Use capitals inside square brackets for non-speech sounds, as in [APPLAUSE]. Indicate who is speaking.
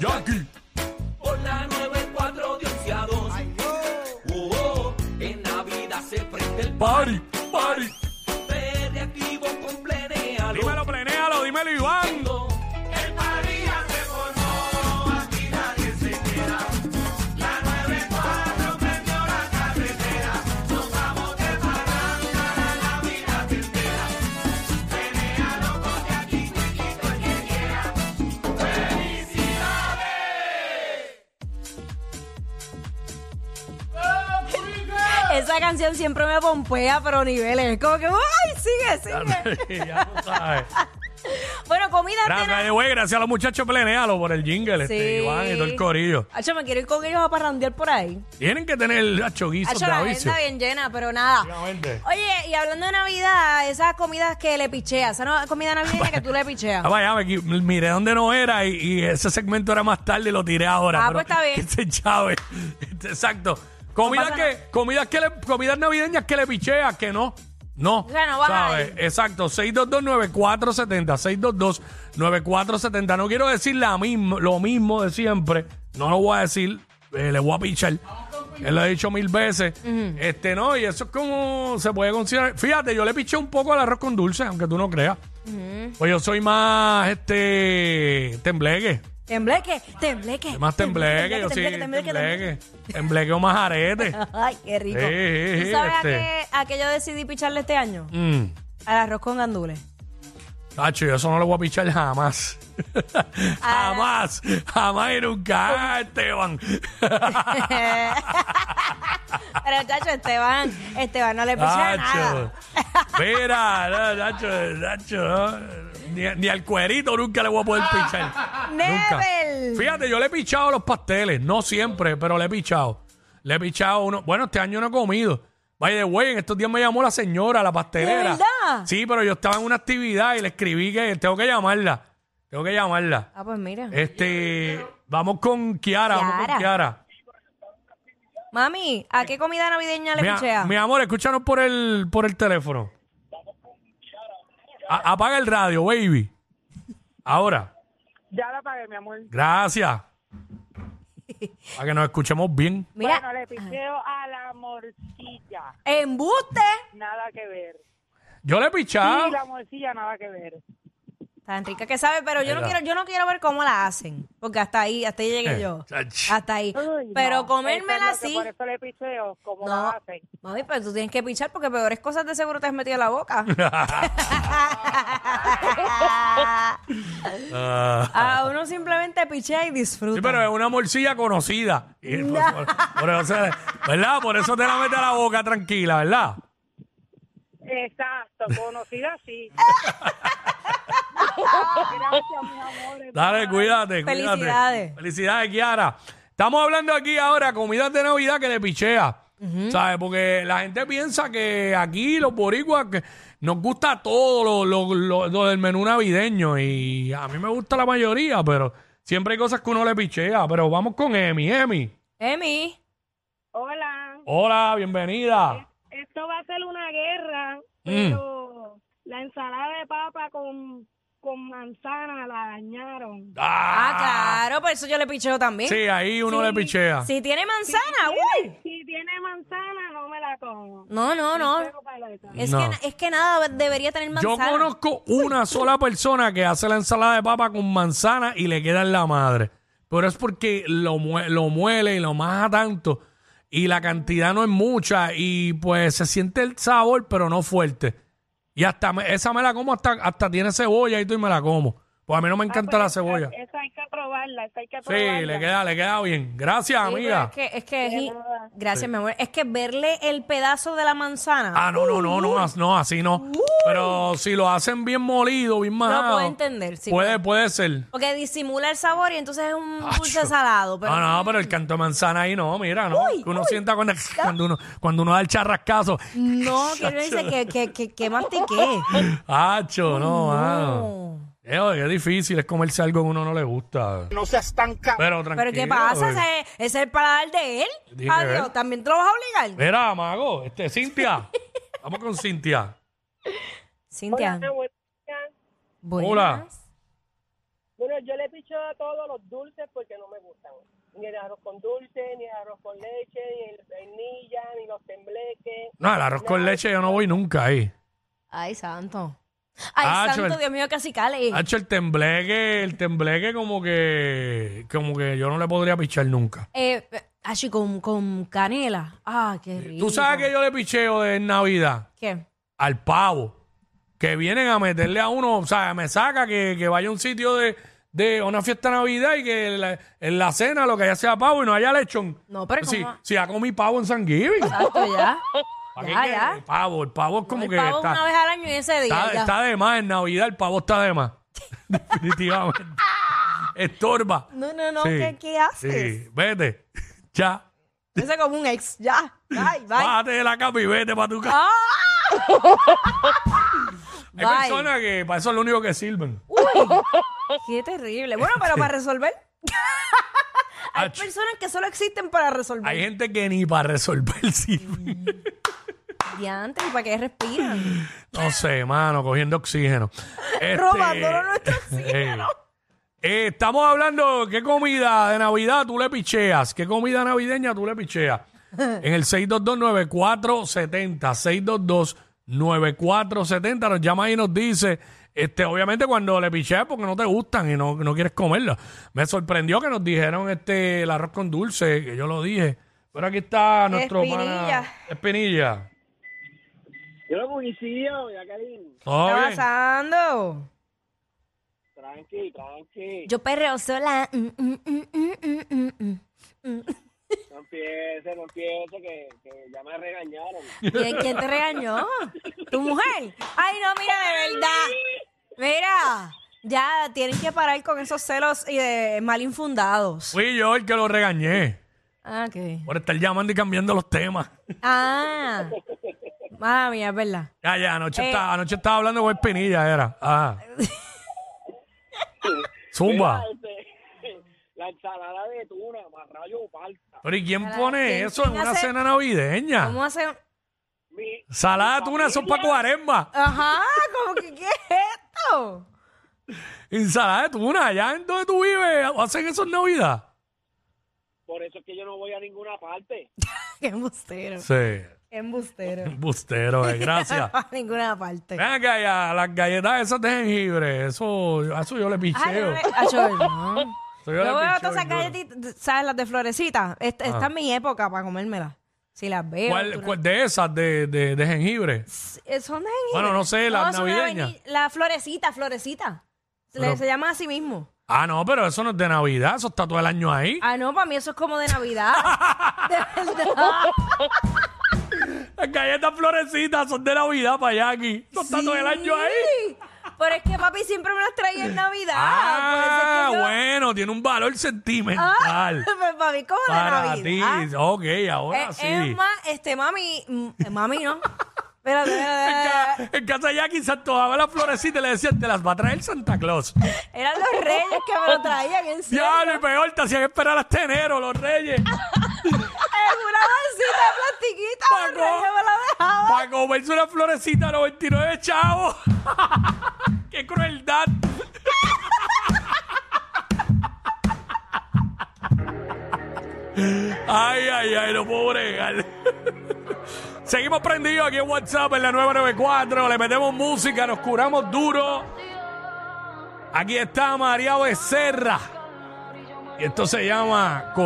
Speaker 1: Jackie,
Speaker 2: Por la 94 de onceados. Oh, oh, en Navidad se prende el
Speaker 1: Pari, Pari.
Speaker 2: papel de activo con plenealo.
Speaker 1: Dímelo, plenéalo, dímelo, Iván.
Speaker 2: El París ya se formó, aquí nadie se queda. La 94 prendió la carretera. Nos vamos de parranda, la Navidad se entera. Plenéalo porque aquí te quito el que quiera.
Speaker 3: Esa canción siempre me pompea, pero niveles. Es como que, ¡ay! Sigue, sigue.
Speaker 1: [LAUGHS] ya tú sabes.
Speaker 3: bueno, comida
Speaker 1: Gracias,
Speaker 3: tiene-
Speaker 1: anyway, gracias a los muchachos plenéalo por el jingle, este,
Speaker 3: Sí.
Speaker 1: Iván y todo el corillo.
Speaker 3: Hacho, me quiero ir con ellos a parrandear por ahí.
Speaker 1: Tienen que tener el hacho guiso
Speaker 3: Hacho,
Speaker 1: de
Speaker 3: la
Speaker 1: aviso.
Speaker 3: agenda bien llena, pero nada.
Speaker 1: Efectivamente.
Speaker 3: Oye, y hablando de Navidad, esas comidas que le picheas, esa no- comida navideña que tú le picheas.
Speaker 1: [LAUGHS] Ah, vaya, me equi- miré dónde no era y, y ese segmento era más tarde y lo tiré ahora.
Speaker 3: Ah,
Speaker 1: pero
Speaker 3: pues está bien.
Speaker 1: Este Chávez. [LAUGHS] Este, Exacto. Comidas
Speaker 3: pasa
Speaker 1: que, comidas que le- comidas navideñas que le picheas, que no. No.
Speaker 3: O sea, no vas
Speaker 1: ¿sabes?
Speaker 3: ahí.
Speaker 1: Exacto. 622-9470. 622-9470. No quiero decir la mismo, lo mismo de siempre. No lo voy a decir. eh, le voy a pichar. Él lo he dicho mil veces. Este, no, y eso es como se puede considerar. Fíjate, yo le piché un poco al arroz con dulce, aunque tú no creas. Pues yo soy más este tembleque,
Speaker 3: Tembleque, tembleque.
Speaker 1: más tembleque, yo sí, tembleque, tembleque o más arete.
Speaker 3: Ay, qué rico.
Speaker 1: Sí, sí,
Speaker 3: ¿Tú sabes a,
Speaker 1: este.
Speaker 3: qué, a qué yo decidí picharle este año?
Speaker 1: Mm.
Speaker 3: Al arroz
Speaker 1: [LAUGHS]
Speaker 3: con gandules.
Speaker 1: Tacho, yo eso no lo voy a pichar jamás. [LAUGHS]
Speaker 3: Ah.
Speaker 1: jamás, jamás y nunca,
Speaker 3: [LAUGHS]
Speaker 1: Esteban.
Speaker 3: Pero, chacho, Esteban, Esteban no le piché
Speaker 1: Tacho,
Speaker 3: nada.
Speaker 1: mira, no, Tacho, Tacho, no. Ni, ni al cuerito nunca le voy a poder pichar. Nunca.
Speaker 3: Nebel.
Speaker 1: Fíjate, yo le he pichado los pasteles, no siempre, pero le he pichado. Le he pichado uno. Bueno, este año no he comido. By the way, en estos días me llamó la señora, la pastelera.
Speaker 3: ¿De verdad?
Speaker 1: Sí, pero yo estaba en una actividad y le escribí que tengo que llamarla. Tengo que llamarla.
Speaker 3: Ah, pues mira.
Speaker 1: Este, vamos con Kiara, vamos con
Speaker 3: Kiara.
Speaker 1: Kiara.
Speaker 3: Mami, ¿a qué comida navideña le
Speaker 1: Mi, a-
Speaker 3: pichea?
Speaker 1: mi amor, escúchanos por el, por el teléfono. A- apaga el radio, baby. Ahora.
Speaker 4: Ya la pagué, mi amor.
Speaker 1: Gracias. Para que nos escuchemos bien.
Speaker 3: Mira,
Speaker 4: Bueno, le picheo a la morcilla.
Speaker 3: embuste.
Speaker 4: Nada que ver.
Speaker 1: Yo le he pichado.
Speaker 4: Y la morcilla, nada que ver.
Speaker 3: Tan rica que sabe, pero yo no
Speaker 1: ¿Verdad?
Speaker 3: quiero, yo no quiero ver cómo la hacen. Porque hasta ahí, hasta ahí llegué
Speaker 1: Eh,
Speaker 3: yo.
Speaker 1: chach.
Speaker 3: Hasta ahí.
Speaker 4: Uy,
Speaker 3: Pero
Speaker 4: no.
Speaker 3: comérmela
Speaker 4: Eso es
Speaker 3: así.
Speaker 4: lo que- Por eso le picheo, como la
Speaker 3: No.
Speaker 4: hacen.
Speaker 3: Mami, pero tú tienes que pichar porque peores cosas de seguro te has metido en la
Speaker 1: [LAUGHS]
Speaker 3: boca.
Speaker 1: Ah.
Speaker 3: A uno simplemente pichea y disfruta.
Speaker 1: Sí, pero es una morcilla conocida. Y
Speaker 3: [LAUGHS]
Speaker 1: por- por- por eso- ¿Verdad? Por eso te la mete a la boca tranquila, ¿verdad?
Speaker 4: Exacto, conocida
Speaker 3: [LAUGHS]
Speaker 4: sí. Gracias, mis amores.
Speaker 1: Dale, cuídate, cuídate.
Speaker 3: Felicidades.
Speaker 1: Felicidades, Kiara. Estamos hablando aquí ahora comidas de Navidad que le pichea. ¿Sabes? Porque la gente piensa que aquí los boricuas que nos gusta todo lo, lo- lo- lo del menú navideño y a mí me gusta la mayoría, pero siempre hay cosas que uno le pichea. Pero vamos con Emi, Emi.
Speaker 3: Emi,
Speaker 4: Hola.
Speaker 1: Hola, bienvenida.
Speaker 4: Esto va a ser una guerra, pero la ensalada de papa con, con manzana la dañaron.
Speaker 3: ah, claro, por eso yo le picheo también.
Speaker 1: Sí, ahí uno le pichea.
Speaker 3: Si tiene manzana, uy.
Speaker 4: Si tiene manzana, no me la como.
Speaker 3: No, no, no.
Speaker 4: Pero paleta.
Speaker 3: Es,
Speaker 1: No.
Speaker 3: Que, na- es que nada debería tener
Speaker 1: Yo
Speaker 3: manzana.
Speaker 1: conozco una sola persona que hace la ensalada de papa con manzana y le queda en la madre. Pero es porque lo, mue- lo muele y lo maja tanto. Y la cantidad no es mucha. Y pues se siente el sabor, pero no fuerte. Y hasta me- esa me la como, hasta, hasta tiene cebolla y todo y me la como. Pues a mí no me encanta la cebolla.
Speaker 4: Ah, Esa hay que probarla, esa hay que
Speaker 1: Sí,
Speaker 4: probarla.
Speaker 1: le queda, le queda bien. Gracias,
Speaker 3: Sí,
Speaker 1: amiga.
Speaker 3: pero Es que, es que, es- gracias, mi amor. Es que verle el pedazo de la manzana.
Speaker 1: Ah, no, no, no,
Speaker 3: Uh.
Speaker 1: no, as- no, así no. Pero si lo hacen bien molido, bien majado.
Speaker 3: puedo entender, sí. pues.
Speaker 1: Puede, puede ser.
Speaker 3: Porque disimula el sabor y entonces es un dulce
Speaker 1: Acho.
Speaker 3: salado. Pero
Speaker 1: Ah, no, no, pero el canto de manzana ahí no, mira, no.
Speaker 3: Uy,
Speaker 1: Que uno
Speaker 3: uy.
Speaker 1: sienta cuando, cuando uno, cuando uno da el charrascazo.
Speaker 3: no, que no dice que, que, que, que mastiqué.
Speaker 1: Hacho, no, mano.
Speaker 3: No.
Speaker 1: Eh, oye, qué difícil es comerse algo que uno no le gusta.
Speaker 5: No seas tan ca-
Speaker 1: Pero tranquilo.
Speaker 3: Pero ¿qué pasa?
Speaker 1: eh.
Speaker 3: Ese ese es el paladar de él.
Speaker 1: Tiene que ver.
Speaker 3: Adiós, ¿también te lo vas a obligar?
Speaker 1: Mira, mago, este,
Speaker 3: [LAUGHS]
Speaker 1: Cintia. Vamos con Cintia.
Speaker 3: Cintia.
Speaker 4: Ah, bueno, ya.
Speaker 3: buenas.
Speaker 1: Hola.
Speaker 4: Bueno, yo le picho a todos los dulces porque no me gustan. Ni el arroz con dulce, ni el arroz con leche, ni el vainilla, ni los tembleques.
Speaker 1: No, el arroz con leche yo no voy nunca ahí.
Speaker 3: Ay, santo.
Speaker 1: Ah,
Speaker 3: Ay,
Speaker 1: Joel.
Speaker 3: santo, Dios mío, casi cale.
Speaker 1: Hacho, el tembleque, el tembleque como que, como que yo no le podría pichar nunca.
Speaker 3: Eh, eh, así con, con canela. Ah, qué rico.
Speaker 1: Tú sabes que yo le picheo de Navidad
Speaker 3: ¿Qué?
Speaker 1: al pavo, que vienen a meterle a uno, o sea, me saca que, que vaya a un sitio de, de una fiesta de Navidad y que la- en la cena lo que haya sea pavo y no haya lechón.
Speaker 3: No, pero
Speaker 1: si,
Speaker 3: ¿cómo?
Speaker 1: si ya comí pavo en San Giving.
Speaker 3: Exacto, ya.
Speaker 1: ¿Para qué
Speaker 3: ya,
Speaker 1: quiere?
Speaker 3: ya.
Speaker 1: El pavo, el pavo es como
Speaker 3: el
Speaker 1: que
Speaker 3: pavo
Speaker 1: está,
Speaker 3: una vez al año y ese día.
Speaker 1: está-
Speaker 3: ya.
Speaker 1: está de más en Navidad, el pavo está de más. [LAUGHS] Definitivamente. Estorba.
Speaker 3: No, no, no,
Speaker 1: Sí,
Speaker 3: ¿qué, qué haces?
Speaker 1: Sí, vete. Ya.
Speaker 3: Ese es como un ex, ya. Bye, bye.
Speaker 1: Bájate de la cama y vete para tu casa.
Speaker 3: Ah,
Speaker 1: Hay
Speaker 3: Bye.
Speaker 1: personas que para eso es lo único que sirven.
Speaker 3: qué terrible. Bueno, pero para
Speaker 1: [LAUGHS]
Speaker 3: resolver. Hay
Speaker 1: Ach.
Speaker 3: personas que solo existen para resolver.
Speaker 1: Hay gente que ni para resolver [LAUGHS] sirve.
Speaker 3: Diantre, ¿y para qué respiran?
Speaker 1: No sé, mano, cogiendo
Speaker 3: [LAUGHS]
Speaker 1: oxígeno. Este,
Speaker 3: Robándolo nuestro oxígeno.
Speaker 1: eh, eh, estamos hablando qué comida de Navidad tú le picheas, qué comida navideña tú le picheas.
Speaker 3: [LAUGHS]
Speaker 1: En el 6229470, 6229470 nos llama y nos dice, este, obviamente cuando le picheas porque no te gustan y no, no quieres comerla. Me sorprendió que nos dijeron este el arroz con dulce, que yo lo dije. Pero aquí está nuestro pana
Speaker 3: Espinilla.
Speaker 1: Espinilla.
Speaker 5: Yo lo municipio, ya Karim.
Speaker 1: ¿Todo
Speaker 3: ¿Qué está
Speaker 1: bien?
Speaker 3: pasando?
Speaker 5: Tranqui, tranqui.
Speaker 3: Yo perreo sola. mm, mm, mm, mm, mm, mm, mm.
Speaker 5: No empiece, no empiece, que, que ya me
Speaker 4: [LAUGHS]
Speaker 5: regañaron.
Speaker 3: [LAUGHS] ¿Quién, quién te regañó? ¿Tu mujer? Ay, no, mira, de verdad. Mira, ya tienen que parar con esos celos y de mal infundados.
Speaker 1: Fui yo el que lo regañé
Speaker 3: Ah, ok.
Speaker 1: por estar llamando y cambiando los temas.
Speaker 3: Ah, madre mía, es verdad.
Speaker 1: Ya, ya, anoche,
Speaker 3: Eh.
Speaker 1: estaba, anoche estaba hablando con Espinilla, era.
Speaker 3: [LAUGHS]
Speaker 1: Ah. Zumba.
Speaker 5: Este, la ensalada de tuna, marrayo o palta.
Speaker 1: Pero ¿y quién
Speaker 3: Para-
Speaker 1: pone
Speaker 3: ¿quién-
Speaker 1: eso en
Speaker 3: quién
Speaker 1: una
Speaker 3: hace-
Speaker 1: cena navideña?
Speaker 3: ¿Cómo hacer?
Speaker 5: Mi,
Speaker 1: Salada de tuna, son para cuaresma.
Speaker 3: Ajá, como que, ¿qué es esto?
Speaker 1: Ensalada de tuna, allá en donde tú vives, hacen eso en Navidad.
Speaker 5: por eso es que yo no voy a ninguna parte.
Speaker 3: Qué embustero.
Speaker 1: Sí.
Speaker 3: Qué
Speaker 1: [LAUGHS]
Speaker 3: embustero.
Speaker 1: Bustero, eh,
Speaker 3: [LAUGHS]
Speaker 1: gracias.
Speaker 3: Para ninguna parte.
Speaker 1: Ven acá ya, las galletas esas de jengibre, eso, a eso yo le
Speaker 3: Ay, no
Speaker 1: picheo.
Speaker 3: me- ah, Joel, no.
Speaker 1: Eso yo le
Speaker 3: Yo veo
Speaker 1: picheo
Speaker 3: todas esas
Speaker 1: bien duro.
Speaker 3: galletitas, ¿sabes? Las de florecita. Esta, esta es mi época para comérmelas. Si las veo.
Speaker 1: ¿Cuál-
Speaker 3: tú no-
Speaker 1: cuál de esas de, de, de jengibre?
Speaker 3: Eh, Son de jengibre.
Speaker 1: Bueno, no sé, las
Speaker 3: son de
Speaker 1: navideñas.
Speaker 3: vainilla- La florecita, florecita. Se, le-
Speaker 1: Pero-
Speaker 3: se llama así mismo.
Speaker 1: Ah, no, pero eso no es de Navidad, eso está todo el año ahí.
Speaker 3: Ah, no, para mí eso es como de Navidad. de verdad.
Speaker 1: Las galletas florecitas son de Navidad para allá aquí. Eso [LAUGHS] está todo el año ahí.
Speaker 3: Sí. Pero es que papi siempre me las traía en Navidad.
Speaker 1: Ah,
Speaker 3: Por eso es que yo-
Speaker 1: bueno, tiene un valor sentimental.
Speaker 3: [LAUGHS] Pues para mí como [LAUGHS] de
Speaker 1: para ti.
Speaker 3: Navidad.
Speaker 1: Ok, ahora
Speaker 3: Es,
Speaker 1: sí.
Speaker 3: es más, este mami, mm, eh, mami no.
Speaker 1: [LAUGHS]
Speaker 3: Espérate, espérate,
Speaker 1: En
Speaker 3: espérate.
Speaker 1: ca- En casa ya quizás tomaba las florecitas y le decían, te las va a traer Santa
Speaker 3: [LAUGHS]
Speaker 1: Claus.
Speaker 3: Eran los reyes que me lo traían en serio.
Speaker 1: Diablo, y peor, te hacían esperar hasta enero los reyes
Speaker 3: En una bolsita de plastiquita, los
Speaker 1: Paco.
Speaker 3: reyes me la dejaban.
Speaker 1: para comerse una florecita a los 29 chavos. [LAUGHS] ¡Qué crueldad! Ay, ay, ay, no puedo bregar. Seguimos prendidos aquí en WhatsApp en la 994. Le metemos música, nos curamos duro. Aquí está María Becerra. Y esto se llama Corazón.